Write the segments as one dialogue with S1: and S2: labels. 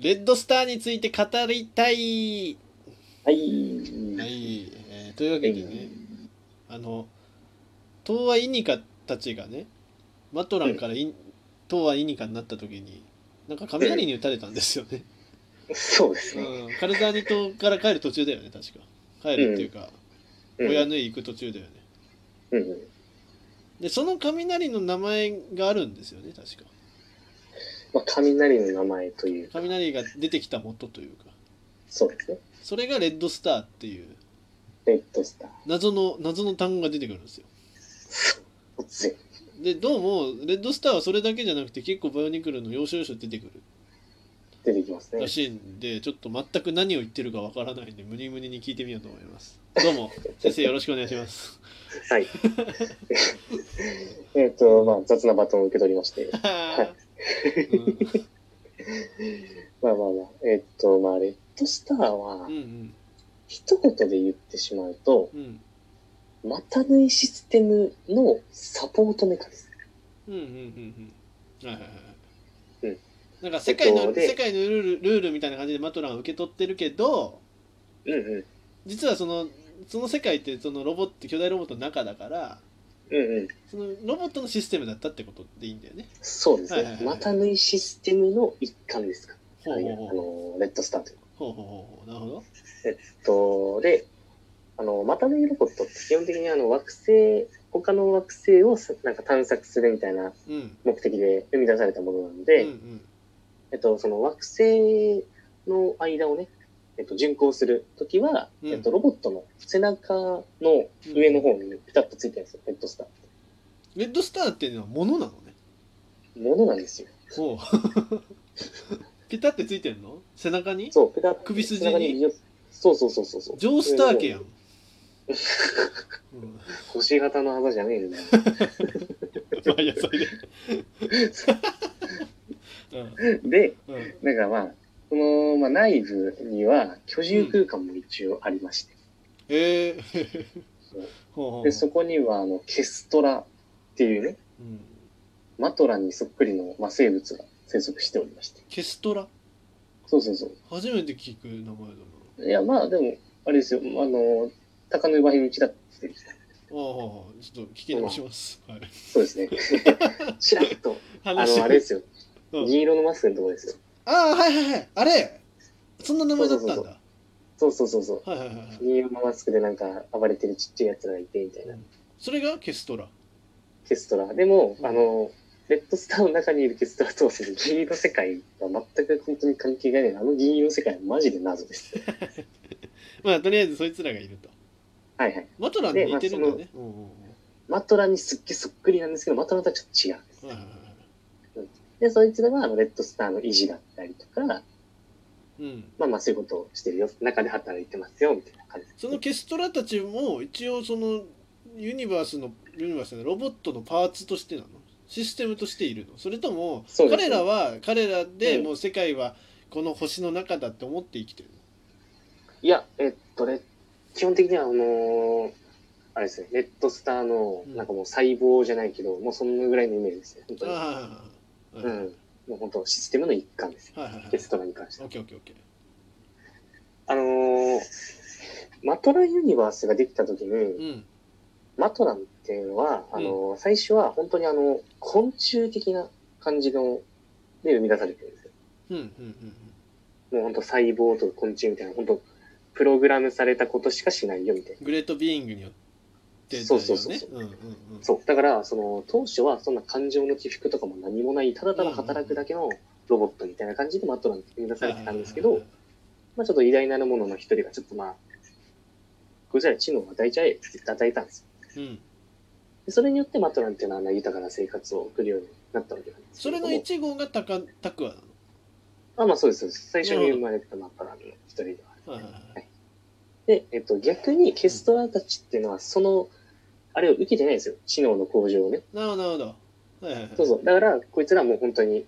S1: レッドスターについて語りたい。
S2: は
S1: は
S2: い。
S1: い。えーというわけでね、あの、東亜イニカたちがね、マトランからイン東亜イニカになった時に、なんか雷に打たれたんですよね。
S2: そうですね。
S1: うん、カルザーニ島から帰る途中だよね、確か。帰るっていうか、
S2: うん
S1: 親の家行く途中だよね。
S2: うんうん。
S1: で、その雷の名前があるんですよね、確か。
S2: まあ、雷の名前という、
S1: 雷が出てきた元というか。
S2: そうですね。
S1: それがレッドスターっていう
S2: レッドスター。
S1: 謎の謎の単語が出てくるんですよ
S2: 突然。
S1: でどうもレッドスターはそれだけじゃなくて結構バイオニクルの要所要所出てく
S2: 出てきます
S1: る
S2: ね
S1: ら。しいんでちょっと全く何を言ってるかわからないんでムニムニに聞いてみようと思いますどうも先生よろしくお願いします
S2: はい。えっと、まあ、雑なバトンを受け取りまして。
S1: うん
S2: まあまあまあ、えっと、まあ、レッドスターは
S1: う、ん
S2: 一言で言ってしまうと、
S1: うんうん
S2: また縫いシステムのサポートメカです。
S1: うんうんうんうんはいはいはい
S2: うん
S1: なんか世界
S2: えっ
S1: の
S2: とで
S1: 世界のルールルールみたいな感じでマトランは受け取ってるけど
S2: うんう
S1: 実はそのその世界ってそのロボット巨大ロボットの中だから
S2: ん。うんうん。
S1: そのロボットのシステムだったってことでいいんだよね。
S2: そうです
S1: はいは
S2: ね
S1: い。はい
S2: また縫いシステムの一環ですか。
S1: ほう
S2: はい
S1: ほう
S2: あ
S1: ほう。
S2: の、レッドスターという。
S1: ほうほうほうほう。なるほど。
S2: と、で、あの、また縫いロボットって基本的にあの、惑星、他の惑星をさなんか探索するみたいな
S1: うん。
S2: 目的で生み出されたものなの
S1: うん
S2: で、
S1: うん。
S2: えっと、その惑星の間をね、えっと、巡航するときは、
S1: うん
S2: えっと、ロボットの背中の上の方にねピタッとついてるんですよ、レッドスター。
S1: レッドスターっていうのはものなのね。
S2: ものなんですよ。
S1: ほ う。ピタってついてんの背中に
S2: そう、ペタッ
S1: 首筋に
S2: 背中ビヨッそうそうそうそうそう。
S1: ジョースター家やん。うん
S2: 星型の技じゃねえよね。
S1: 毎朝で。う
S2: で、
S1: ん。うん。
S2: なんかまあ、その、まあ、内部には居住空間も一応ありまして、
S1: えー。ほうほうほう
S2: で、そこには、あの、ケストラっていうね、
S1: うん。
S2: マトラにそっくりの、まあ、生物が生息しておりまして。
S1: ケストラ
S2: そうそうそう。
S1: 初めて聞く名前だな。
S2: いや、まあ、でも、あれですよ、あの、鷹の馬に道だって、
S1: ああ、ちょっと聞き直します。はい。
S2: そうで すね。ちらっと、あ
S1: 話
S2: の、あれですよ、
S1: うん
S2: 銀色のマスクのところですよ。
S1: ああはいはいはいあれそんな名前だったんだ
S2: そうそうそうそうそう。
S1: はいはいはいはい
S2: 銀色のマスクでなんか暴れてるちっちゃいやつらがいて、みたいな、
S1: それがケストラ
S2: ケストラ。でも、あの、レッドスターの中にいるケストラとはその銀色世界は全く本当に関係がない。あの銀色世界はマジで謎です。
S1: まあとりあえずそいつらがいると
S2: はいはい。
S1: マトランに似てるんだよねうんうん
S2: マトラにすっげえそっくりなんですけど、マトラとはちょっと違うんです
S1: うんはいはいは
S2: で、そいつらはあのレッドスターの維持だったりとか、
S1: いうん
S2: まあまあそういうことをしてるよ。中で働いてますよ、みたいな感じ。
S1: そのケストラたちも一応そのユニバースのユニバースのロボットのパーツとしてなのシステムとしているのそれとも
S2: そうです
S1: 彼らは彼らで
S2: うん
S1: もう世界はこの星の中だって思って生きてる
S2: いや、えっとね、基本的にはあのーあれですね、レッドスターの
S1: うん
S2: なんかもう細胞じゃないけど、もうそのぐらいのイメージですね。本当
S1: の
S2: に。
S1: ああはいはい
S2: う
S1: はい
S2: ん。もう本当システムの一環です。
S1: はいはいはい
S2: ケストラに関して
S1: オ
S2: は
S1: ッ。ケーオッケーオッケー
S2: あのーマトラユニバースができた時に、
S1: うん
S2: マトランっていうのは、あのー最初は本当にあの、昆虫的な感じの、で生み出されてるんですよ。
S1: うんうんうん
S2: もう本当細胞とか昆虫みたいな、本当プログラムされたことしかしないよみたいな。
S1: うんグレートビーイングによってだよね
S2: そうそうそうそうん
S1: うんうん
S2: そう。だから、その、当初はそんな感情の起伏とかも何もない、ただただ働くだけのロボットみたいな感じでマットランって生み出されてたんですけど、まあちょっと偉大なるものの一人がちょっとまあ、こいつらに知能を与えちゃえって言って与えたんですよ。
S1: うん、
S2: でそれによってマットランっていうのはあんな豊かな生活を送るようになったわけなんです
S1: そ
S2: け
S1: れ
S2: れど
S1: の
S2: も。
S1: 1号がタカタクアな
S2: あ、まあそうです、そうです。最初に生まれたマットランの一人では。
S1: の、はいはいはい
S2: で、えっと、逆にケストラたちっていうのは、その、あれを受けてないんですよ。知能の向上をね。
S1: なるほどなるほど、はいはいはい、
S2: そうそう。だから、こいつらもう本当に、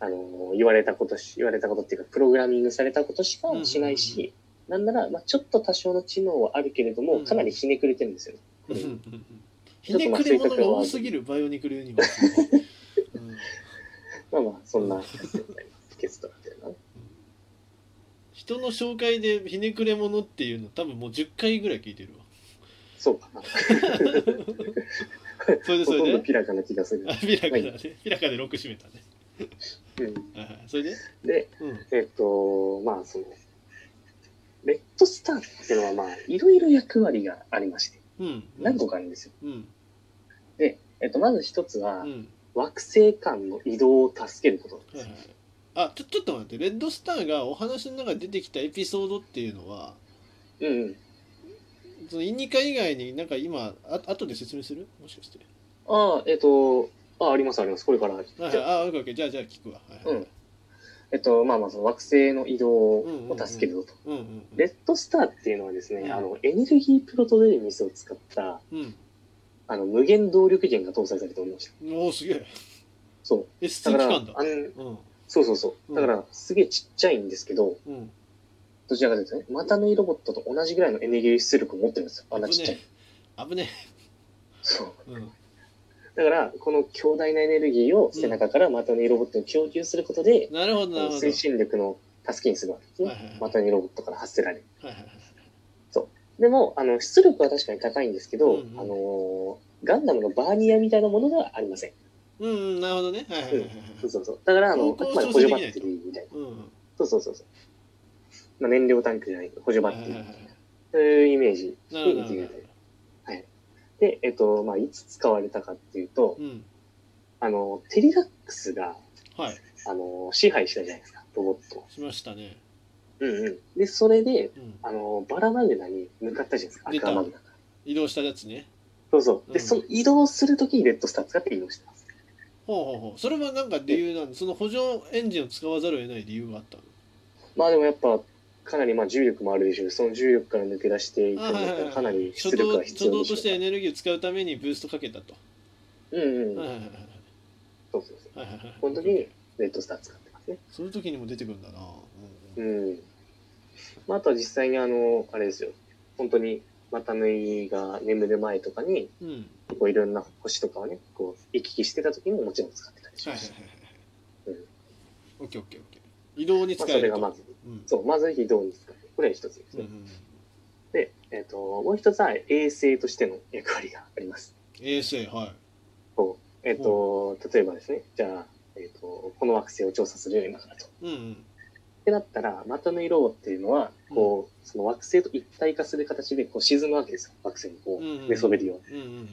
S2: あのー言われたことし、言われたことっていうか、プログラミングされたことしかしないし、なんなら、まあ、ちょっと多少の知能はあるけれど
S1: う
S2: も、
S1: ん
S2: かなりひねくれてるんですよね。
S1: うんうんうんひねくれ者が多すぎるバイオニクルユニバース、うん
S2: まあまあ、そんな、ケストラっていうのはね。
S1: う人の紹介でひねくれ者っていうの多分もう10回ぐらい聞いてるわ
S2: そうかな。
S1: それで
S2: ほ
S1: そ
S2: とん
S1: れ
S2: ど
S1: で
S2: ピラカな気がする
S1: あ。ピラカだね、ピラカで6締めたね
S2: うん
S1: はいはいそれで
S2: で、
S1: うん
S2: えっと、まあ、その、レッドスターっていうのは、まあ、いろいろ役割がありまして、
S1: うん
S2: 何個かあるんですよ。
S1: うん
S2: で、えっと、まず一つ
S1: う
S2: は、
S1: ん
S2: 惑星間の移動を助けることなんで
S1: は
S2: す
S1: いはいあちょちょっと待ってレッドスターがお話の中で出てきたエピソードっていうのは
S2: よ。うんうん。
S1: そのイニカ以外になんか今あ後で説明するもしかして
S2: ああ、えっと、ああ、りますあります。これから。
S1: はい
S2: じ
S1: はい
S2: ゃあ
S1: あオッケーオッケーじゃあじゃあ聞くわはいはい
S2: えっと、まあまあ、その惑星の移動を助けるぞと。
S1: うんうん
S2: レッドスターっていうのはですね、
S1: うん
S2: あの、エネルギープロトデルミスを使った、
S1: うん
S2: あの、無限動力源が搭載されておりました。
S1: うんおおすげえ
S2: そう。だ
S1: S2
S2: か
S1: 機
S2: ら、
S1: 関だ
S2: あん
S1: うん
S2: そうそうそうう。
S1: ん
S2: だから、すげえちっちゃいんですけど、
S1: うん
S2: どちらかというとね、また縫いロボットと同じぐらいのエネルギー出力を持ってるんですよ。あんなちっちゃい。
S1: 危ね
S2: そう。
S1: え危ね
S2: だから、この強大なエネルギーを背中からまた縫いロボットに供給すること
S1: え、
S2: で
S1: うんなるほどな
S2: あ
S1: る
S2: の
S1: ほど
S2: 推進力の助けにするわけです
S1: はいはいは
S2: ね
S1: い。
S2: また縫いロボットから発せられる。
S1: はいはいはい
S2: でも、あの、出力は確かに高いんですけど、
S1: うんうん
S2: あのーガンダムのバーニアみたいなものではありません。
S1: うんうんなるほどねはいはいはいはい
S2: そうそうそう。だから、あの、
S1: 方向
S2: あく
S1: を
S2: まで補助バッテリーみたいな。
S1: うんうん
S2: そうそうそうそう。まあ、燃料タンクじゃない、補助バ
S1: はい
S2: ッ
S1: はい
S2: テリ
S1: は
S2: ー
S1: い。
S2: そういうイメージ
S1: なるほどな
S2: で
S1: る
S2: き
S1: ほ
S2: る
S1: ど
S2: で、えっと、まあ、いつ使われたかっていうと、
S1: うん
S2: あの、テリラックスが、
S1: はい
S2: あの、支配したじゃないですか、ロボットを。
S1: しましたね
S2: うんうん。で、それで、
S1: うん
S2: あの、バラマグナに向かったじゃないですか、
S1: 出た
S2: 赤マグナから。
S1: 移動したやつね
S2: そうそう。で、
S1: うん
S2: その移動するときにレッドスター使って移動してます。
S1: ほうほうほうそれはなんか理由なんでその補助エンジンを使わざるを得ない理由があったの
S2: まあでもやっぱ、かなりまあ重力もあるでしょうしその重力から抜け出していく
S1: あはいはい
S2: の
S1: は
S2: が
S1: い
S2: かなり
S1: 初
S2: 出力
S1: 動
S2: が必
S1: 初
S2: 要
S1: 動
S2: で
S1: とし
S2: しょ
S1: てエ
S2: うか
S1: ネルギーを使うためにブーストかけたと
S2: ら。うんう
S1: はいは
S2: ん。
S1: いはいはい
S2: そうそうそう。
S1: はいはいはい
S2: この時にレッドスター使ってますね。
S1: そういう時にも出てくるんだなうん
S2: うん。まああとは実際にあの、あれですよ。本当に、また縫いが眠る前とかに、
S1: うんうん
S2: こういろんな星とかをね、こう行き来してた時ももちろん使ってたりし
S1: はいはいは
S2: ま
S1: い
S2: す。
S1: はい
S2: うん
S1: オッケーオッケーオッケー移動に使
S2: まあ
S1: え
S2: それ
S1: る
S2: が
S1: と
S2: まず、
S1: うん
S2: そう、まず非動に使う。これは一つです
S1: うんう
S2: ね。
S1: ん
S2: で、えっ、と、もう一つは衛星としての役割があります。
S1: 衛星はい
S2: こう、えっ、と、例えばですね、じゃあ、えっ、と、この惑星を調査するよ今からと。っ
S1: うんうん
S2: てなったら、またの色っていうのは、こう、その惑星と一体化する形で、こう沈むわけですよ。惑星にこ
S1: うんうん
S2: う、寝そべるように。
S1: うんうん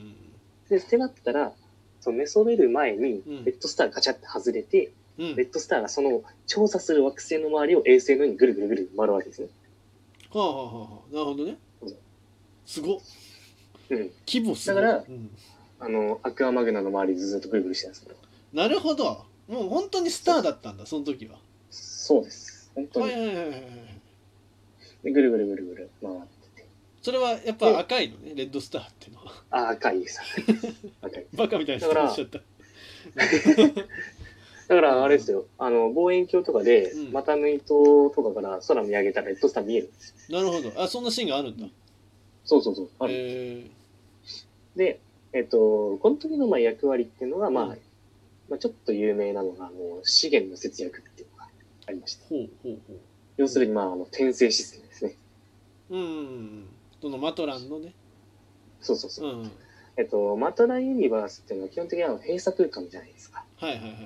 S2: で、ってなったら、その寝そべる前に
S1: うん、
S2: レッドスターがガチャって外れて、
S1: うんうん
S2: レッドスターがその調査する惑星の周りを衛星のようにぐるぐるぐる回るわけですね。
S1: はあはあはあはあなるほどね
S2: うん
S1: すごっ
S2: うん。
S1: 規模すごい
S2: だから
S1: うん
S2: あの、アクアマグナの周りずっとぐるぐるしてたんですけど。
S1: なるほどもう本当にスターだったんだその時は
S2: そうです。本当
S1: はいはい
S2: に。
S1: はいはいはい
S2: でぐるぐるぐるぐる回ってて。
S1: それはやっぱ赤いのねレッドスターっていうのは
S2: あ、赤いです。赤 い。
S1: バカみたいな
S2: だから
S1: しちゃった
S2: だから、あれですよ。あの、望遠鏡とかで
S1: う、ん
S2: またイ島とかから空見上げたらレッドスター見えるんですよ。
S1: なるほどあそんなシーンがあるんだ
S2: そうそうそう。ある
S1: え
S2: で、えっと、この時のまあ役割っていうのが、まあ、
S1: うん
S2: まあ、ちょっと有名なのが、あの、資源の節約っていうのがありました。
S1: ーほうほうほ
S2: 要するに、まあ、あの、転生システムですね。
S1: ううんうんうんそのマトランのね
S2: そうそうそうう。
S1: んうん
S2: えっと、マトラユニバースっていうのは基本的にはあの閉鎖空間じゃないですか。
S1: はいはいはいはい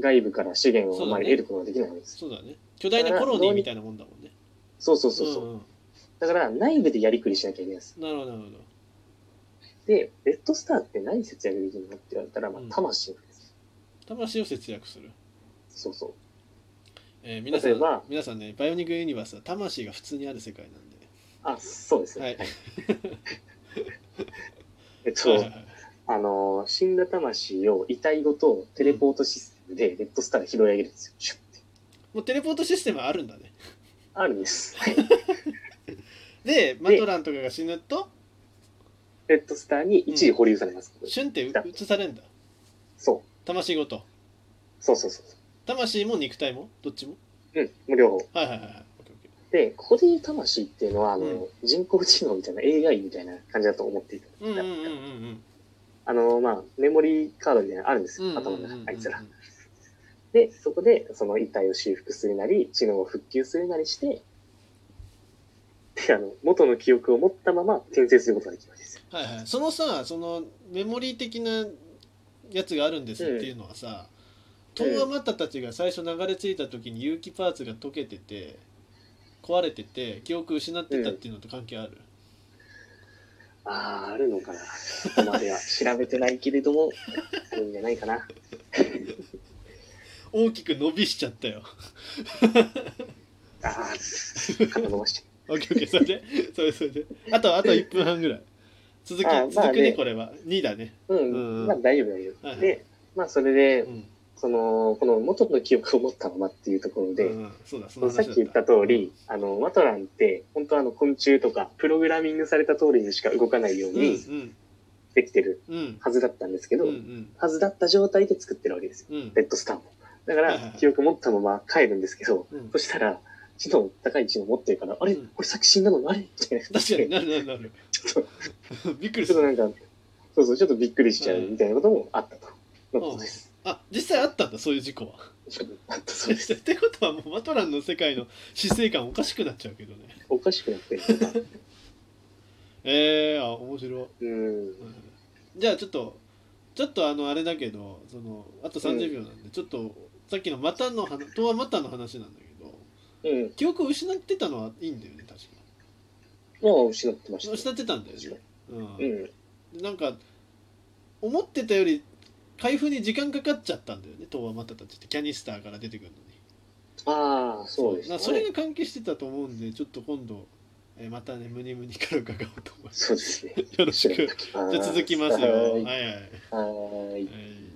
S2: 外部から資源をあま
S1: そうだ
S2: り
S1: ね
S2: 得ることができないわけです。
S1: そうだね巨大なコロニーみたいなもんだもんね
S2: そうそうそうそう。
S1: んん
S2: だから、内部でやりくりしなきゃいけないです。
S1: なるほどなるほど
S2: で、レッドスターって何節約できるのって言われたら、まあ
S1: うん、
S2: 魂なんです。
S1: 魂を節約する
S2: そうそう。
S1: えー皆さ
S2: 例えば
S1: ん皆さんねバイオニックユニバースは魂が普通にある世界なんで
S2: あ、そうですね。
S1: はい
S2: えっと、
S1: はいはいはい
S2: あの、死んだ魂を遺体ごとテレポートシステムでレッドスターが拾い上げるんですよ。シュッて。
S1: もうテレポートシステムあるんだね
S2: あるんです。
S1: でマトランとかが死ぬと
S2: レッドスターに一時保留されます。
S1: シュンって移されるんだ
S2: そう。
S1: 魂ごと
S2: そうそうそうそ
S1: 魂も肉体もどっちも
S2: う。うん。もう両方。
S1: はいはいはいはいオッケーオッケ
S2: で、ここで言う魂っていうのは、あの、
S1: うん
S2: 人工知能みたいな AI みたいな感じだと思っていただ
S1: ー
S2: いたら
S1: うんうんうんうんうん
S2: あの、まあ、メモリーカードみたいなのあるんですよ。
S1: うんうん
S2: 頭の
S1: うんうん
S2: 中、あいつら。で、そこで、その遺体を修復するなり、知能を復旧するなりして、で、あの、元の記憶を持ったまま転生することができるわけですよ。
S1: はいはい、そのさそのメモリー的なやつがあるんですっていうのはさ、
S2: うん
S1: 東亜マタたちが最初流れ着いた時に有機パーツが溶けてて壊れてて記憶失ってたっていうのと関係ある、
S2: ああ、あるのかな。そこまでは調べてないけれども、あるんじゃないかな。
S1: 大きく伸びしちゃったよ
S2: ああ、肩伸ばして。
S1: オッケーオッケーそれでそれそれであとあと1分半ぐらい続き
S2: あまあね
S1: 続くね,、これは2だね
S2: う
S1: うん
S2: ん、まあ大丈夫大丈
S1: はいは
S2: 夫。
S1: い
S2: で、まあそれで
S1: う、ん、
S2: その、この元の記憶を持ったままっていうところで、
S1: うん、そうだその話
S2: さ
S1: だ
S2: っき言った通り、あの、マトランって、本当あの、昆虫とか、プログラミングされた通りにしか動かないよう
S1: うんう
S2: に
S1: ん
S2: できてる
S1: うん
S2: はずだったんですけ
S1: う
S2: ど、
S1: んうん
S2: はずだった状態で作ってるわけですよ。
S1: うん
S2: レッドスターも。だか
S1: はいはい
S2: ら
S1: は、い
S2: 記憶持ったまま帰るんですけど、
S1: うん
S2: そしたら、知能高い知能持ってるから、あれ
S1: うん
S2: これ作詞なのあれみたいな。
S1: 確かになるなるなる
S2: ちょっ
S1: びっくりす
S2: と、ちょ
S1: る
S2: っとなんか、そうそう、ちょっとびっくりしちゃう
S1: はい
S2: みたいなこともあったと。のことです。
S1: あ実際あったんだそういう事故は
S2: あったそうです。
S1: ってことはもうマトランの世界の死生観おかしくなっちゃうけどね
S2: おかしくなってるとか。
S1: えー、あ面白い、
S2: うん。
S1: うんじゃあちょっとちょっとあのあれだけどそのあと30秒なんで、ちょっとさっきの「また」の話「とはまた」の話なんだけど
S2: うん。
S1: 記憶を失ってたのはいいんだよね確か
S2: もう失ってました。
S1: 失ってたんだよね、
S2: う。
S1: うんん、なんか思ってたより開封に時間かかっちゃったんだよね「とはまた」たちってキャニスターから出てくるのに
S2: ああ、そうです
S1: なそれが関係してたと思うんでちょっと今度、えーまたねムニムニから伺おうと思います
S2: そうですね。
S1: よろしく
S2: じ
S1: じゃあ続きますよ。はいはい。
S2: はーい。
S1: はい